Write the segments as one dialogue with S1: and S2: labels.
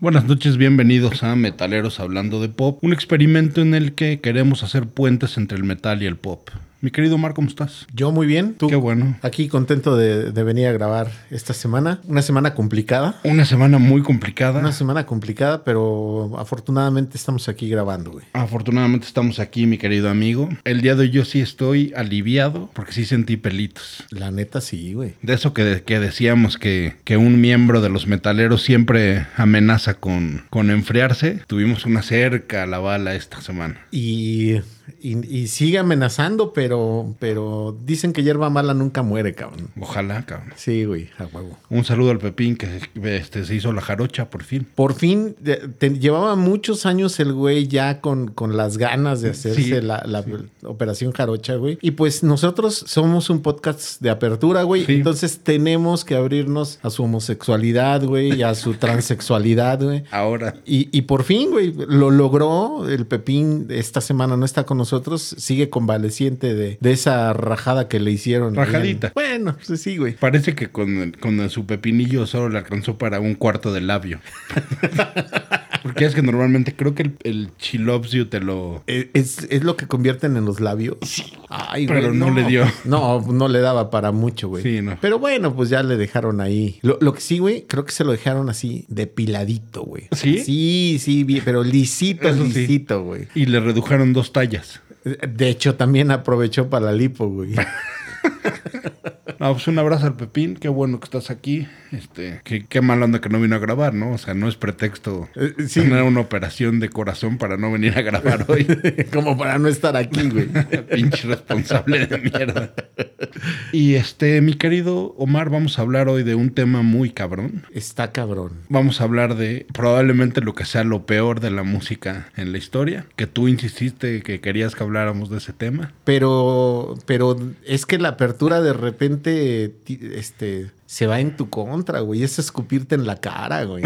S1: Buenas noches, bienvenidos a Metaleros Hablando de Pop, un experimento en el que queremos hacer puentes entre el metal y el pop. Mi querido Mar, ¿cómo estás?
S2: Yo muy bien. ¿Tú?
S1: Qué bueno.
S2: Aquí contento de, de venir a grabar esta semana. Una semana complicada.
S1: Una semana muy complicada.
S2: Una semana complicada, pero afortunadamente estamos aquí grabando, güey.
S1: Afortunadamente estamos aquí, mi querido amigo. El día de hoy yo sí estoy aliviado porque sí sentí pelitos.
S2: La neta sí, güey.
S1: De eso que, que decíamos que, que un miembro de los metaleros siempre amenaza con, con enfriarse. Tuvimos una cerca a la bala esta semana.
S2: Y y, y, sigue amenazando, pero, pero dicen que hierba mala nunca muere, cabrón.
S1: Ojalá, cabrón.
S2: Sí, güey, a huevo.
S1: Un saludo al Pepín que este, se hizo la jarocha por fin.
S2: Por fin, te, te, llevaba muchos años el güey ya con, con las ganas de hacerse sí, la, la sí. operación jarocha, güey. Y pues nosotros somos un podcast de apertura, güey. Sí. Entonces tenemos que abrirnos a su homosexualidad, güey, y a su transexualidad, güey.
S1: Ahora.
S2: Y, y por fin, güey, lo logró. El Pepín esta semana no está con nosotros, sigue convaleciente de, de, esa rajada que le hicieron.
S1: Rajadita.
S2: Bien. Bueno, pues sí, güey.
S1: Parece que con, el, con el, su pepinillo solo le alcanzó para un cuarto de labio. Porque es que normalmente creo que el, el she loves you te lo.
S2: eh, Es, es, lo que convierten en los labios.
S1: Ay, güey, Pero no, no, le dio.
S2: No, no le daba para mucho, güey.
S1: Sí, no.
S2: Pero bueno, pues ya le dejaron ahí. Lo, lo que sí, güey, creo que se lo dejaron así, depiladito, güey.
S1: ¿Sí?
S2: Sí, sí, bien, pero lisito, Eso lisito, sí. güey.
S1: Y le redujeron dos tallas.
S2: De hecho, también aprovechó para la lipo, güey.
S1: No, pues un abrazo al Pepín, qué bueno que estás aquí. Este, qué, qué mal onda que no vino a grabar, ¿no? O sea, no es pretexto eh, sí. tener una operación de corazón para no venir a grabar hoy.
S2: Como para no estar aquí, güey.
S1: Pinche responsable de mierda. Y este, mi querido Omar, vamos a hablar hoy de un tema muy cabrón.
S2: Está cabrón.
S1: Vamos a hablar de probablemente lo que sea lo peor de la música en la historia, que tú insististe que querías que habláramos de ese tema.
S2: Pero, pero es que la apertura de repente este, se va en tu contra, güey. Es escupirte en la cara, güey.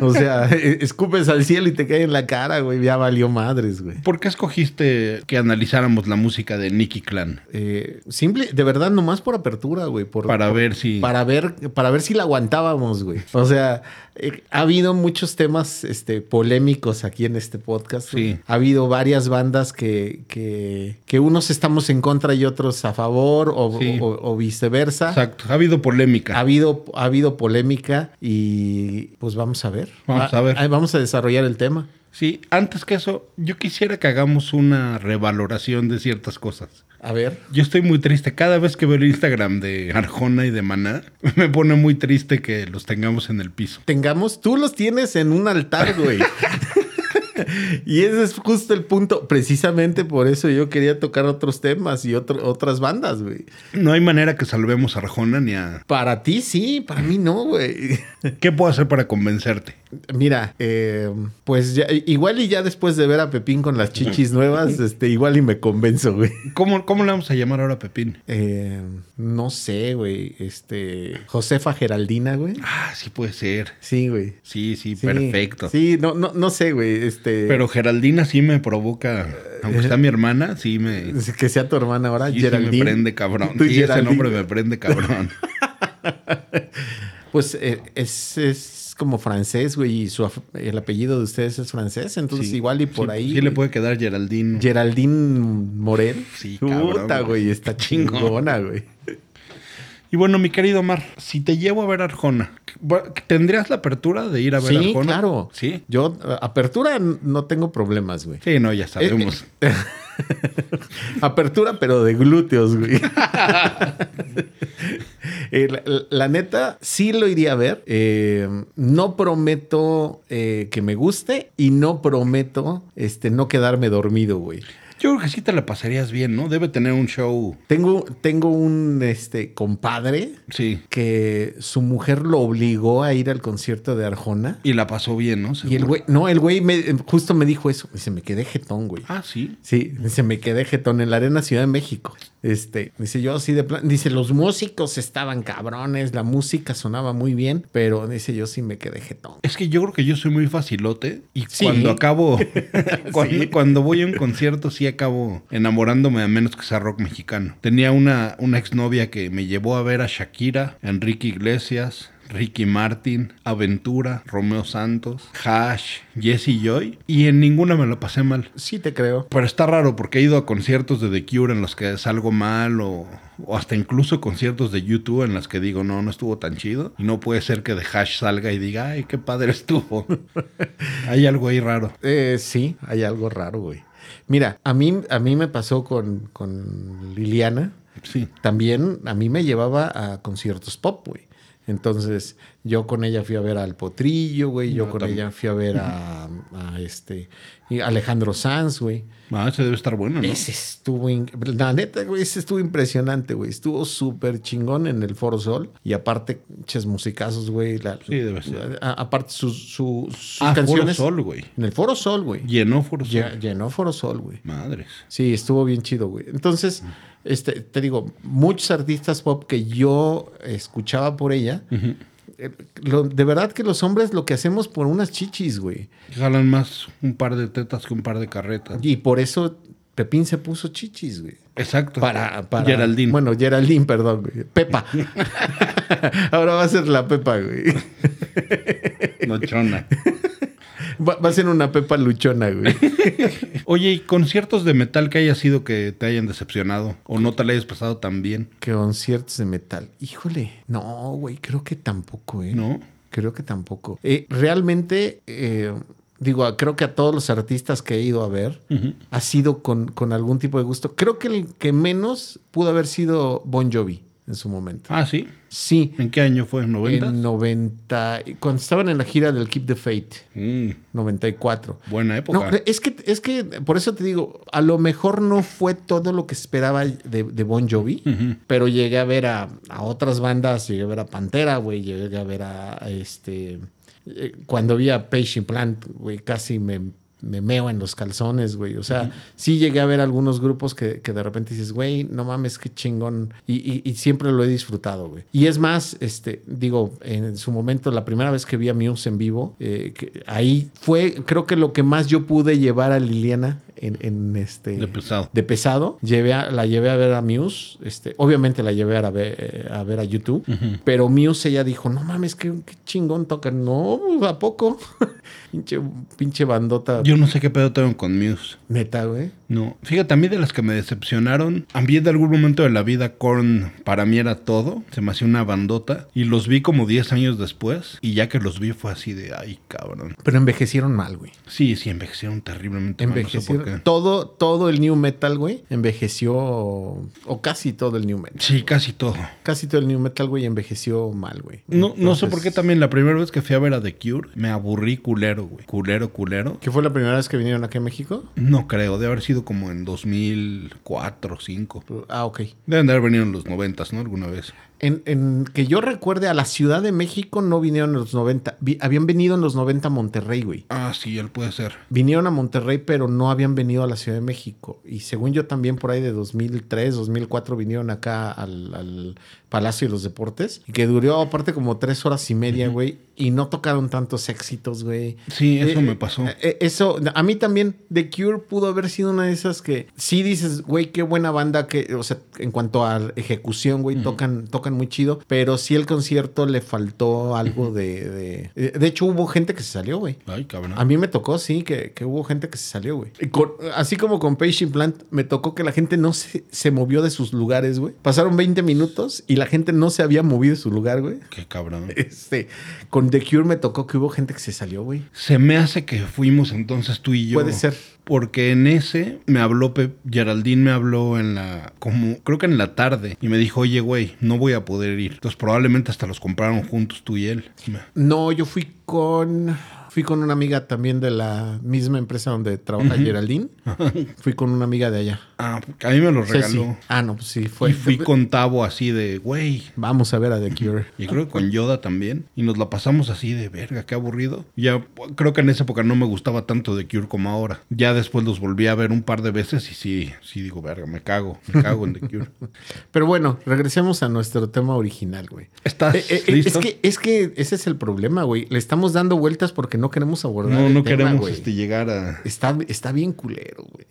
S2: O sea, e, escupes al cielo y te cae en la cara, güey. Ya valió madres, güey.
S1: ¿Por qué escogiste que analizáramos la música de Nicky Clan?
S2: Eh, simple, de verdad, nomás por apertura, güey. Por,
S1: para
S2: por,
S1: ver si.
S2: Para ver, para ver si la aguantábamos, güey. O sea, eh, ha habido muchos temas este, polémicos aquí en este podcast.
S1: Sí. Güey.
S2: Ha habido varias bandas que, que, que, unos estamos en contra y otros a favor, o, sí. o, o, o viceversa.
S1: Exacto. Ha habido polémica.
S2: Ha habido, ha habido polémica y pues vamos a ver. Ah,
S1: Vamos a ver.
S2: Vamos a desarrollar el tema.
S1: Sí, antes que eso, yo quisiera que hagamos una revaloración de ciertas cosas.
S2: A ver.
S1: Yo estoy muy triste. Cada vez que veo el Instagram de Arjona y de Maná, me pone muy triste que los tengamos en el piso.
S2: Tengamos, tú los tienes en un altar, güey. y ese es justo el punto. Precisamente por eso yo quería tocar otros temas y otro, otras bandas, güey.
S1: No hay manera que salvemos a Arjona ni a.
S2: Para ti sí, para mí no, güey.
S1: ¿Qué puedo hacer para convencerte?
S2: Mira, eh, pues ya, igual y ya después de ver a Pepín con las chichis nuevas, este, igual y me convenzo, güey.
S1: ¿Cómo, cómo le vamos a llamar ahora a Pepín?
S2: Eh, no sé, güey. Este. Josefa Geraldina, güey.
S1: Ah, sí puede ser.
S2: Sí, güey.
S1: Sí, sí, sí. perfecto.
S2: Sí, no, no, no sé, güey. Este.
S1: Pero Geraldina sí me provoca.
S2: Eh,
S1: Aunque está mi hermana, sí me.
S2: Que sea tu hermana ahora,
S1: sí, Geraldine. Sí me prende cabrón. Sí, Geraldine? ese nombre me prende cabrón.
S2: pues eh, es, es como francés, güey, y su, el apellido de ustedes es francés, entonces sí, igual y por
S1: sí,
S2: ahí.
S1: Sí
S2: güey.
S1: le puede quedar Geraldine.
S2: Geraldine Morel.
S1: Sí, cabrón,
S2: Puta, güey, está chingona, güey.
S1: Y bueno, mi querido Omar, si te llevo a ver Arjona, ¿tendrías la apertura de ir a ver
S2: sí,
S1: Arjona?
S2: Sí, claro.
S1: Sí.
S2: Yo, apertura, no tengo problemas, güey.
S1: Sí, no, ya sabemos. Eh, eh.
S2: Apertura, pero de glúteos, güey. eh, la, la, neta, sí lo iría a ver. Eh, no prometo eh, que me guste y no prometo este, no quedarme dormido, güey.
S1: Yo creo que sí te la pasarías bien, ¿no? Debe tener un show.
S2: Tengo, tengo un este, compadre
S1: sí.
S2: que su mujer lo obligó a ir al concierto de Arjona.
S1: Y la pasó bien, ¿no?
S2: Seguro. Y el güey, no, el güey me, justo me dijo eso. Dice, me quedé jetón, güey.
S1: Ah, sí.
S2: Sí, dice, me quedé jetón en la Arena Ciudad de México. Este, dice, yo así de plan, dice, los músicos estaban cabrones, la música sonaba muy bien, pero dice, yo sí me quedé jetón.
S1: Es que yo creo que yo soy muy facilote y sí. cuando acabo, cuando, sí. cuando voy a un concierto, sí acabo enamorándome a menos que sea rock mexicano. Tenía una, una exnovia que me llevó a ver a Shakira, Enrique Iglesias, Ricky Martin, Aventura, Romeo Santos, Hash, Jesse Joy y en ninguna me lo pasé mal.
S2: Sí, te creo.
S1: Pero está raro porque he ido a conciertos de The Cure en los que salgo mal o, o hasta incluso conciertos de YouTube en las que digo, no, no estuvo tan chido. Y no puede ser que de Hash salga y diga, ay, qué padre estuvo. hay algo ahí raro.
S2: Eh, sí, hay algo raro, güey. Mira, a mí, a mí me pasó con, con Liliana.
S1: Sí.
S2: También a mí me llevaba a conciertos pop, güey. Entonces, yo con ella fui a ver al Potrillo, güey.
S1: Ah,
S2: Yo no, con también. ella fui a ver a, a este y Alejandro Sanz, güey.
S1: Ah, ese debe estar bueno, ¿no?
S2: Ese estuvo, la neta, güey, ese estuvo impresionante, güey. Estuvo súper chingón en el Foro Sol. Y aparte, ches musicazos, güey. La,
S1: sí, debe ser.
S2: A, aparte, sus, su, sus
S1: ah,
S2: canciones.
S1: Foro Sol, güey.
S2: En el Foro Sol, güey.
S1: Llenó Foro Sol.
S2: Ya, llenó Foro Sol, güey.
S1: Madres.
S2: Sí, estuvo bien chido, güey. Entonces, uh -huh. este, te digo, muchos artistas pop que yo escuchaba por ella. Uh -huh. Lo, de verdad que los hombres lo que hacemos por unas chichis, güey.
S1: Jalan más un par de tetas que un par de carretas.
S2: Y por eso Pepín se puso chichis, güey.
S1: Exacto.
S2: Para, para
S1: Geraldine.
S2: Bueno, Geraldine, perdón, güey. Pepa. Ahora va a ser la Pepa, güey.
S1: Nochona.
S2: Va, va, a ser una pepa luchona, güey.
S1: Oye, ¿y conciertos de metal que haya sido que te hayan decepcionado o no te la hayas pasado tan bien?
S2: Conciertos de metal. Híjole. No, güey, creo que tampoco, ¿eh?
S1: No.
S2: Creo que tampoco. Eh, realmente, eh, digo, creo que a todos los artistas que he ido a ver, uh -huh. ha sido con, con algún tipo de gusto. Creo que el que menos pudo haber sido Bon Jovi en su momento.
S1: Ah, sí.
S2: Sí.
S1: ¿En qué año fue? ¿En 90?
S2: En 90. Cuando estaban en la gira del Keep the Fate.
S1: Mm.
S2: 94.
S1: Buena época.
S2: No, eh, es que, es que, por eso te digo, a lo mejor no fue todo lo que esperaba de, de Bon Jovi, uh -huh. pero llegué a ver a, a, otras bandas, llegué a ver a Pantera, güey, llegué a ver a, a este. Eh, cuando vi a Patient Plant, güey, casi me me meo en los calzones, güey. O sea, uh -huh. sí llegué a ver algunos grupos que, que de repente dices, güey, no mames, qué chingón. Y, y, y siempre lo he disfrutado, güey. Y es más, este, digo, en su momento, la primera vez que vi a Muse en vivo, eh, que ahí fue, creo que lo que más yo pude llevar a Liliana en, en este...
S1: De pues, pesado.
S2: De pesado. Llevé a, la llevé a ver a Muse. Este, obviamente la llevé a ver a, ver a YouTube. Uh -huh. Pero Muse ella dijo, no mames, qué, qué chingón tocan. No, pues, ¿a poco? pinche, pinche bandota.
S1: Yo no sé qué pedo tengo con Muse.
S2: Neta, güey.
S1: No. Fíjate, a mí de las que me decepcionaron, a mí de algún momento de la vida, Korn para mí era todo. Se me hacía una bandota. Y los vi como 10 años después. Y ya que los vi fue así de, ay, cabrón.
S2: Pero envejecieron mal, güey.
S1: Sí, sí, envejecieron terriblemente
S2: envejecieron, mal. No sé todo, todo el new metal, güey, envejeció. O casi todo el new metal.
S1: Sí, casi todo.
S2: Casi todo el new metal, güey, envejeció mal, güey.
S1: No, Entonces... no sé por qué también la primera vez que fui a ver a The Cure, me aburrí culero, güey. Culero, culero.
S2: ¿Qué fue la primera vez que vinieron aquí a México?
S1: No creo, debe haber sido como en 2004 o 2005.
S2: Ah, ok.
S1: Deben de haber venido en los 90, ¿no? Alguna vez.
S2: En, en, que yo recuerde, a la Ciudad de México no vinieron en los 90. Vi, habían venido en los 90 a Monterrey, güey.
S1: Ah, sí, él puede ser.
S2: Vinieron a Monterrey, pero no habían venido a la Ciudad de México. Y según yo también por ahí de 2003, 2004 vinieron acá al, al Palacio de los Deportes. Y que duró aparte como tres horas y media, uh -huh. güey. Y no tocaron tantos éxitos, güey.
S1: Sí, eso eh, me pasó.
S2: Eh, eso, a mí también, The Cure pudo haber sido una de esas que sí dices, güey, qué buena banda que, o sea, en cuanto a ejecución, güey, uh -huh. tocan, tocan muy chido, pero sí el concierto le faltó algo de... De, de hecho, hubo gente que se salió, güey.
S1: Ay, cabrón.
S2: A mí me tocó, sí, que, que hubo gente que se salió, güey. Así como con Patient Plant, me tocó que la gente no se, se movió de sus lugares, güey. Pasaron 20 minutos y la gente no se había movido de su lugar, güey.
S1: Qué cabrón.
S2: Este, con The Cure me tocó que hubo gente que se salió, güey.
S1: Se me hace que fuimos entonces tú y yo.
S2: Puede ser
S1: porque en ese me habló Pep, Geraldine me habló en la como creo que en la tarde y me dijo, "Oye, güey, no voy a poder ir." Entonces probablemente hasta los compraron juntos tú y él.
S2: No, yo fui con fui con una amiga también de la misma empresa donde trabaja uh -huh. Geraldine. fui con una amiga de allá.
S1: Ah, a mí me lo regaló. Sí, sí.
S2: Ah, no, pues sí, fue.
S1: Y fui con Tavo así de, güey.
S2: Vamos a ver a The Cure.
S1: y creo que con Yoda también. Y nos la pasamos así de, verga, qué aburrido. Ya creo que en esa época no me gustaba tanto The Cure como ahora. Ya después los volví a ver un par de veces y sí, sí digo, verga, me cago, me cago en The Cure.
S2: Pero bueno, regresemos a nuestro tema original, güey.
S1: ¿Estás eh, eh,
S2: listo? Es que, es que ese es el problema, güey. Le estamos estamos dando vueltas porque no queremos abordar.
S1: No, no tema, queremos este, llegar a.
S2: Está, está bien culero, güey.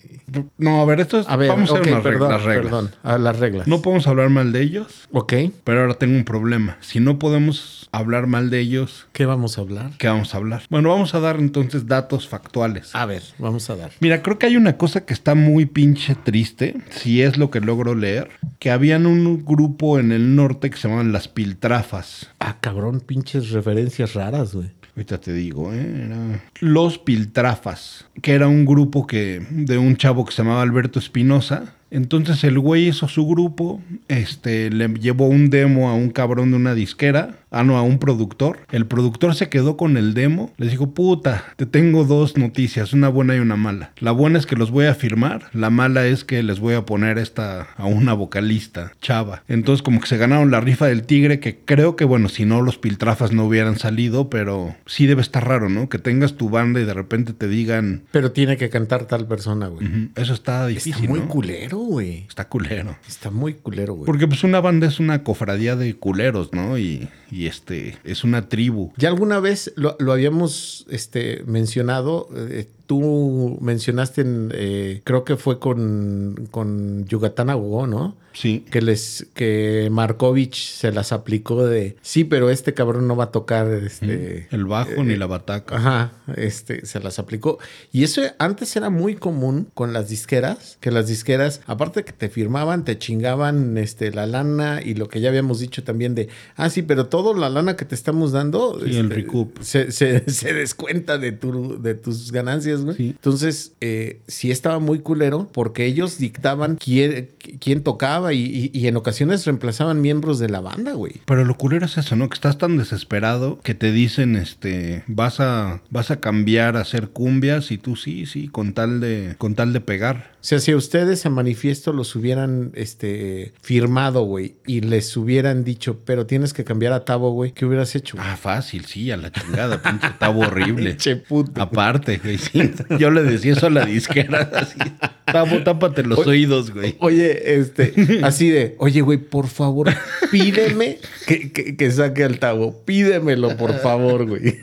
S1: No, a ver, esto es.
S2: A ver,
S1: vamos
S2: okay,
S1: a ver
S2: perdón,
S1: las reglas.
S2: Perdón, a las reglas.
S1: No podemos hablar mal de ellos.
S2: Ok.
S1: Pero ahora tengo un problema. Si no podemos hablar mal de ellos,
S2: ¿Qué vamos a hablar?
S1: ¿qué vamos a hablar? Bueno, vamos a dar entonces datos factuales.
S2: A ver, vamos a dar.
S1: Mira, creo que hay una cosa que está muy pinche triste, si es lo que logro leer, que habían un grupo en el norte que se llamaban las Piltrafas.
S2: Ah, cabrón, pinches referencias raras, güey.
S1: Ahorita te digo, ¿eh? Era Los Piltrafas, que era un grupo que de un chavo que se llamaba Alberto Espinosa. Entonces el güey hizo su grupo, este, le llevó un demo a un cabrón de una disquera, ah no, a un productor. El productor se quedó con el demo, les dijo, puta, te tengo dos noticias, una buena y una mala. La buena es que los voy a firmar, la mala es que les voy a poner esta a una vocalista, chava. Entonces como que se ganaron la rifa del tigre, que creo que bueno, si no los piltrafas no hubieran salido, pero sí debe estar raro, ¿no? Que tengas tu banda y de repente te digan,
S2: Pero tiene que cantar tal persona, güey.
S1: "Ujú, eso está Mm, difícil.
S2: Está muy
S1: ¿no?".
S2: culero, güey.
S1: Está culero.
S2: Está muy culero, güey.
S1: Porque pues una banda es una cofradía de culeros, ¿no? Y, y este, es una tribu.
S2: Ya alguna vez lo, lo habíamos este, mencionado. eh, tú mencionaste, en, eh, creo que fue con, con Yucatán Agogó, ¿no?
S1: Sí.
S2: Que les que Markovich se las aplicó de sí, pero este cabrón no va a tocar este
S1: El bajo ni la bataca.
S2: Ajá, este, se las aplicó. Y eso antes era muy común con las disqueras, que las disqueras, aparte de que te firmaban, te chingaban este, la lana y lo que ya habíamos dicho también de, ah, sí, pero toda la lana que te estamos dando este,
S1: Sí, el recoup.
S2: se, se- se descuenta de, tu, de tus ganancias, güey.
S1: Sí.
S2: Entonces, eh, sí estaba muy culero porque ellos dictaban quién, quién tocaba y, y- y en ocasiones reemplazaban miembros de la banda, güey.
S1: Pero lo culero es eso, ¿no? Que estás tan desesperado que te dicen, este, vas a, vas a cambiar a hacer cumbias y tú sí, sí, con tal de, con tal de pegar.
S2: O sea, si a ustedes a manifiesto los hubieran este, firmado, güey, y les hubieran dicho, pero tienes que cambiar a Tabo, güey, ¿qué hubieras hecho? güey?
S1: Ah, fácil, sí, a la chingada, pinche tabo horrible.
S2: Che puto.
S1: ah, Aparte, güey, sí. Yo le decía eso a la disquera, así. Tabo, tápate los oídos, güey.
S2: Oye, este, así de, oye, güey, por favor, pídeme que, que- que saque al Tabo, pídemelo, por favor, güey.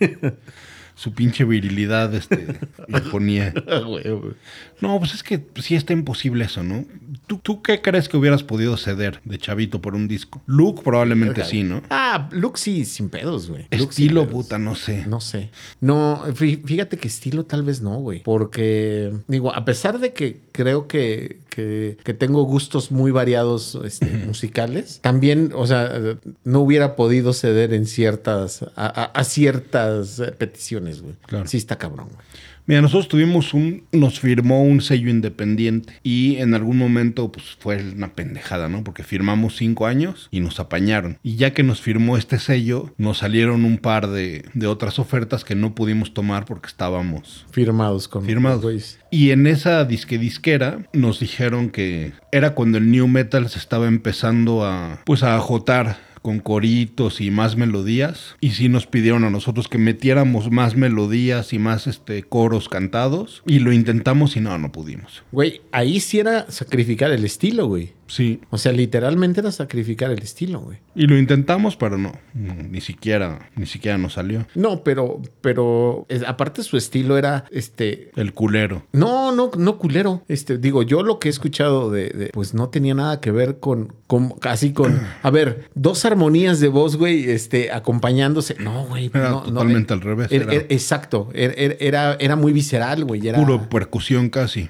S1: Su pinche virilidad, este, imponía.
S2: Ah, güey, güey.
S1: No, pues es que sí está imposible eso, ¿no? ¿Tú, tú qué crees que hubieras podido ceder de chavito por un disco? Luke probablemente sí, ¿no?
S2: Ah, Luxi sin pedos, güey. Luke sin
S1: Estilo,
S2: pedos.
S1: puta, no sé.
S2: No sé. No, fí- fíjate que estilo tal vez no, güey. Porque, digo, a pesar de que creo que, que, que tengo gustos muy variados este, musicales, también, o sea, eh, no hubiera podido ceder en ciertas, a, a- a ciertas eh, peticiones, güey.
S1: Claro.
S2: Sí está cabrón, güey.
S1: Mira, nosotros tuvimos un, nos firmó un sello independiente y en algún momento pues fue una pendejada, ¿no? Porque firmamos cinco años y nos apañaron. Y ya que nos firmó este sello, nos salieron un par de, de otras ofertas que no pudimos tomar porque estábamos
S2: Firmados con
S1: firmados.
S2: güey.
S1: Y en esa disque disquera nos dijeron que era cuando el new metal se estaba empezando a pues a ajotar con coritos y más melodías y sí nos pidieron a nosotros que metiéramos más melodías y más este coros cantados y lo intentamos y no no pudimos.
S2: Güey, ahí sí era sacrificar el estilo, güey.
S1: Sí,
S2: O sea, literalmente era sacrificar el estilo, güey.
S1: y lo intentamos, pero no, no, ni siquiera ni siquiera nos salió
S2: No, pero, pero es- aparte su estilo era, este,
S1: el culero.
S2: No, no, no culero. Este, digo, yo lo que he escuchado de, de- pues no tenía nada que ver con, con así con, a ver, dos armonías de voz, güey, este, acompañándose. No, güey,
S1: Era
S2: no, no,
S1: totalmente
S2: eh,
S1: al revés,
S2: era-
S1: era-
S2: era- exacto, era, era, era muy visceral, güey. Era,
S1: Puro percusión casi.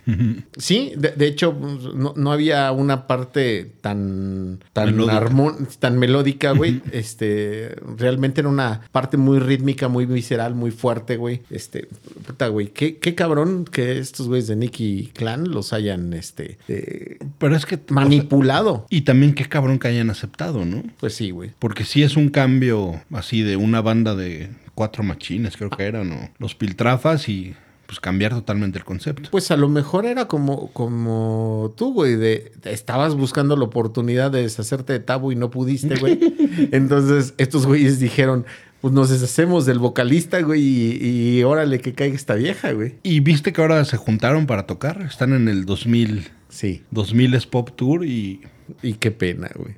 S2: Sí, de, de hecho, no, no había una parte tan, tan,
S1: Melódica.
S2: armón- tan melódica, güey. Este, realmente era una parte muy rítmica, muy visceral, muy fuerte, güey. Este, puta, güey, qué, qué cabrón que estos güeyes de Nicky Clan los hayan, este, eh,
S1: Pero es que
S2: manipulado.
S1: y también qué cabrón que hayan aceptado, ¿no?
S2: Pues sí, güey.
S1: Porque sí es un cambio así de una banda de cuatro machines, creo que eran, ¿no? Los piltrafas y pues cambiar totalmente el concepto.
S2: Pues a lo mejor era como, como tú, güey, de, de- estabas buscando la oportunidad de deshacerte de Tabo y no pudiste, güey. Entonces, estos güeyes dijeron, pues nos deshacemos del vocalista, güey, y, y órale que caiga esta vieja, güey.
S1: Y viste que ahora se juntaron para tocar, están en el 2000,
S2: Sí.
S1: 2000 es Pop Tour y...
S2: Y qué pena, güey.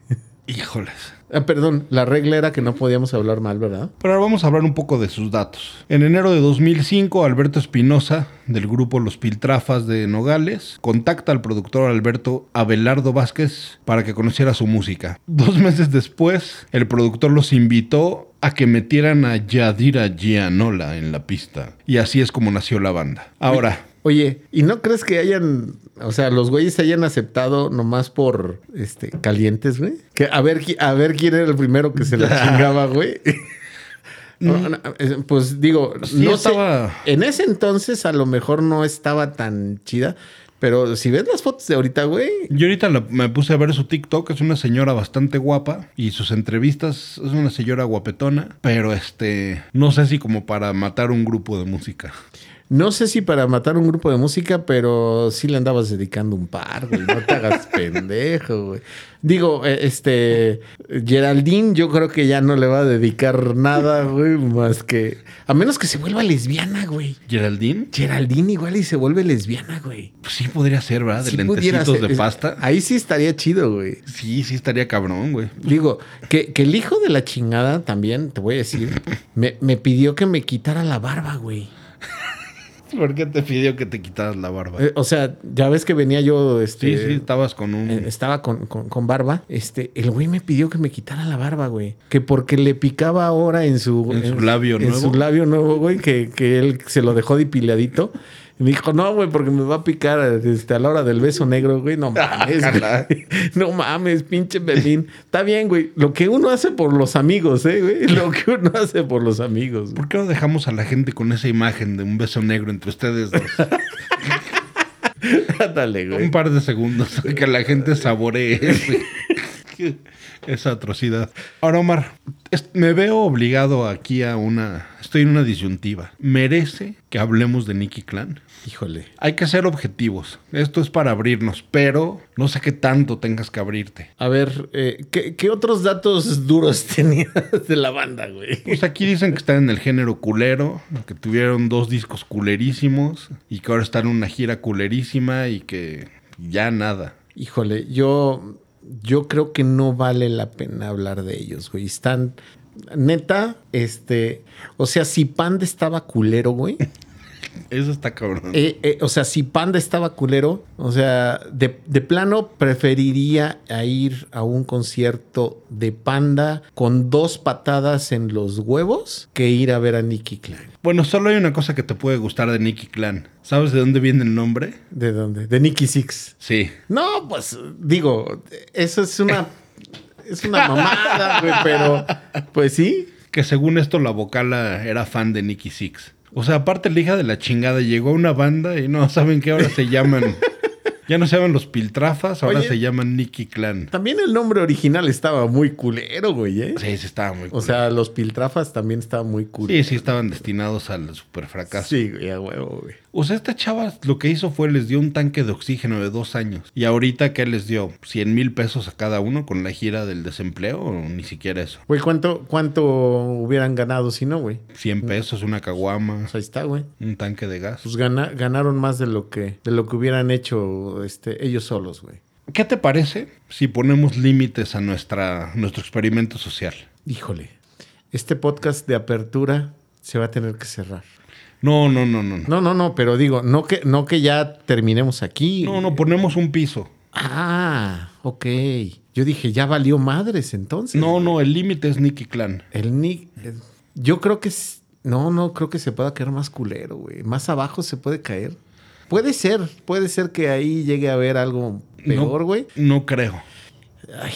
S1: Híjoles.
S2: Ah, perdón, la regla era que no podíamos hablar mal, ¿verdad?
S1: Pero ahora vamos a hablar un poco de sus datos. En enero de 2005, Alberto Espinosa, del grupo Los Piltrafas de Nogales, contacta al productor Alberto Abelardo Vázquez para que conociera su música. Dos meses después, el productor los invitó a que metieran a Yadira Gianola en la pista. Y así es como nació la banda. Ahora,
S2: Oye, ¿y no crees que hayan, o sea, los güeyes se hayan aceptado nomás por este calientes, güey? Que a ver, a ver quién era el primero que se la chingaba, güey. pues digo,
S1: Mm. Sí
S2: no
S1: estaba-
S2: sé. En ese entonces a lo mejor no estaba tan chida, pero si ves las fotos de ahorita, güey,
S1: Yo ahorita la- me puse a ver su TikTok, es una señora bastante guapa y sus entrevistas es una señora guapetona, pero este, no sé si como para matar un grupo de música.
S2: no sé si para matar un grupo de música, pero sí le andabas dedicando un par, güey. No te hagas pendejo, güey. Digo, eh, este. Geraldine, yo creo que ya no le va a dedicar nada, güey, más que. A menos que se vuelva lesbiana, güey.
S1: Geraldine,
S2: Geraldine igual y se vuelve lesbiana, güey.
S1: pues sí podría ser, ¿verdad? De
S2: Sí pudiera
S1: lentecitos
S2: ser-
S1: de pasta.
S2: Ahí sí estaría chido, güey.
S1: Sí, sí estaría cabrón, güey.
S2: Digo, que, que el hijo de la chingada también, te voy a decir, me, me pidió que me quitara la barba, güey.
S1: ¿Por qué te pidió que te quitaras la barba?
S2: Eh, o sea, ya ves que venía yo,
S1: sí,
S2: este,
S1: sí, estabas con un...
S2: eh, estaba con, con- con barba. Este, el güey me pidió que me quitara la barba, güey. Que porque le picaba ahora en su,
S1: En su labio
S2: en
S1: nuevo.
S2: su labio nuevo, güey, que, que él se lo dejó dipiladito. Y me dijo, no, güey, porque me va a picar este, a la hora del beso negro, güey. No mames, güey. No mames, pinche Berlín. Está bien, güey. Lo que uno hace por los amigos, ¿eh, güey? Lo que uno hace por los amigos. güey.
S1: ¿Por qué no dejamos a la gente con esa imagen de un beso negro entre ustedes dos?
S2: Ándale, güey.
S1: un par de segundos que la gente saboree ese- esa atrocidad. Ahora, Omar, es- me veo obligado aquí a una. Estoy en una disyuntiva. ¿Merece que hablemos de Nicky Clan?
S2: Híjole.
S1: Hay que ser objetivos. Esto es para abrirnos, pero no sé qué tanto tengas que abrirte.
S2: A ver, eh, ¿qué, qué otros datos duros tenías de la banda, güey?
S1: Pues aquí dicen que están en el género culero, que tuvieron dos discos culerísimos y que ahora están en una gira culerísima y que ya nada.
S2: Híjole, yo, yo creo que no vale la pena hablar de ellos, güey. Están, neta, este, o sea, si Panda estaba culero, güey.
S1: Eso está cabrón.
S2: eh, eh, o sea, si Panda estaba culero, o sea, de, de plano preferiría a ir a un concierto de Panda con dos patadas en los huevos que ir a ver a Nicky Klein.
S1: Bueno, solo hay una cosa que te puede gustar de Nicky Clan. ¿Sabes de dónde viene el nombre?
S2: ¿De dónde? De Nicky Six.
S1: Sí.
S2: No, pues digo, eso es una es una mamada, güey, pero pues sí.
S1: Que según esto la vocala era fan de Nicky Six. O sea, aparte la hija de la chingada llegó a una banda y no saben qué ahora se llaman. ya no se llaman los Piltrafas, ahora
S2: Oye.
S1: se llaman Nicky Clan.
S2: También el nombre original estaba muy culero, güey, ¿eh?
S1: Sí, sí estaba muy
S2: O
S1: cool.
S2: sea, los piltrafas también estaban muy
S1: Sí,
S2: culeros.
S1: sí estaban destinados al super fracaso.
S2: Sí, güey, a huevo, güey.
S1: O sea, esta chava lo que hizo fue les dio un tanque de oxígeno de dos años. Y ahorita que les dio 100 mil pesos a cada uno con la gira del desempleo, o ni siquiera eso.
S2: Güey, ¿cuánto, ¿cuánto hubieran ganado si no, güey?
S1: 100 pesos, una caguama.
S2: Pues ahí está, güey.
S1: Un tanque de gas.
S2: Pues gana- ganaron más de lo que de lo que hubieran hecho este, ellos solos, güey.
S1: ¿Qué te parece si ponemos límites a nuestra, nuestro experimento social?
S2: Híjole. Este podcast de apertura se va a tener que cerrar.
S1: No, no, no, no. No,
S2: No, no, no, pero digo, no que, no que ya terminemos aquí.
S1: no, no ponemos un piso.
S2: Ah, ok. Yo dije, ya valió madres entonces.
S1: No, no, el límite es Nicky Clan.
S2: El Nick. eh, Yo creo que. s- No, no, creo que se pueda caer más culero, güey. Más abajo se puede caer. Puede ser, puede ser que ahí llegue a haber algo peor,
S1: No-
S2: güey.
S1: No creo.
S2: Ay,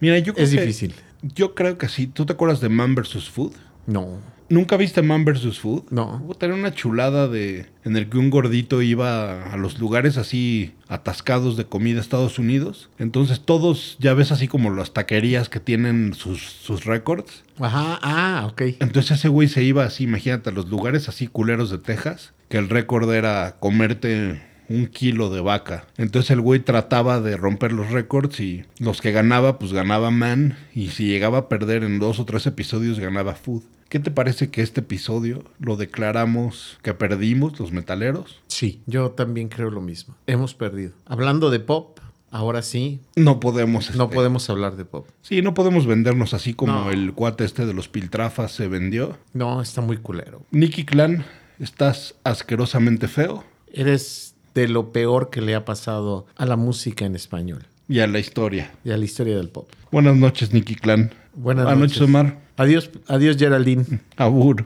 S1: Mira, yo creo
S2: Es
S1: que-
S2: difícil.
S1: Yo creo que sí. ¿Tú te acuerdas de Man vs. Food?
S2: No.
S1: ¿Nunca viste Man vs. Food?
S2: No.
S1: Puta, Era una chulada de en el que un gordito iba a los lugares así atascados de comida de Estados Unidos. Entonces todos, ya ves así como las taquerías que tienen sus, sus récords.
S2: Ajá, ah, ok.
S1: Entonces ese güey se iba así, imagínate, a los lugares así culeros de Texas, que el récord era comerte un kilo de vaca. Entonces el güey trataba de romper los récords y los que ganaba, pues ganaba man. Y si llegaba a perder en dos o tres episodios, ganaba food. ¿Qué te parece que este episodio lo declaramos que perdimos los metaleros?
S2: Sí, yo también creo lo mismo. Hemos perdido. Hablando de pop, ahora sí.
S1: No podemos.
S2: No este, podemos hablar de pop.
S1: Sí, no podemos vendernos así como no. el cuate este de los piltrafas se vendió.
S2: No, está muy culero.
S1: Nicky Clan, estás asquerosamente feo.
S2: Eres de lo peor que le ha pasado a la música en español.
S1: Y a la historia.
S2: Y a la historia del pop.
S1: Buenas noches, Nicky Clan.
S2: Buenas,
S1: Buenas noches. noches, Omar.
S2: Adiós, adiós Geraldine.
S1: Abur.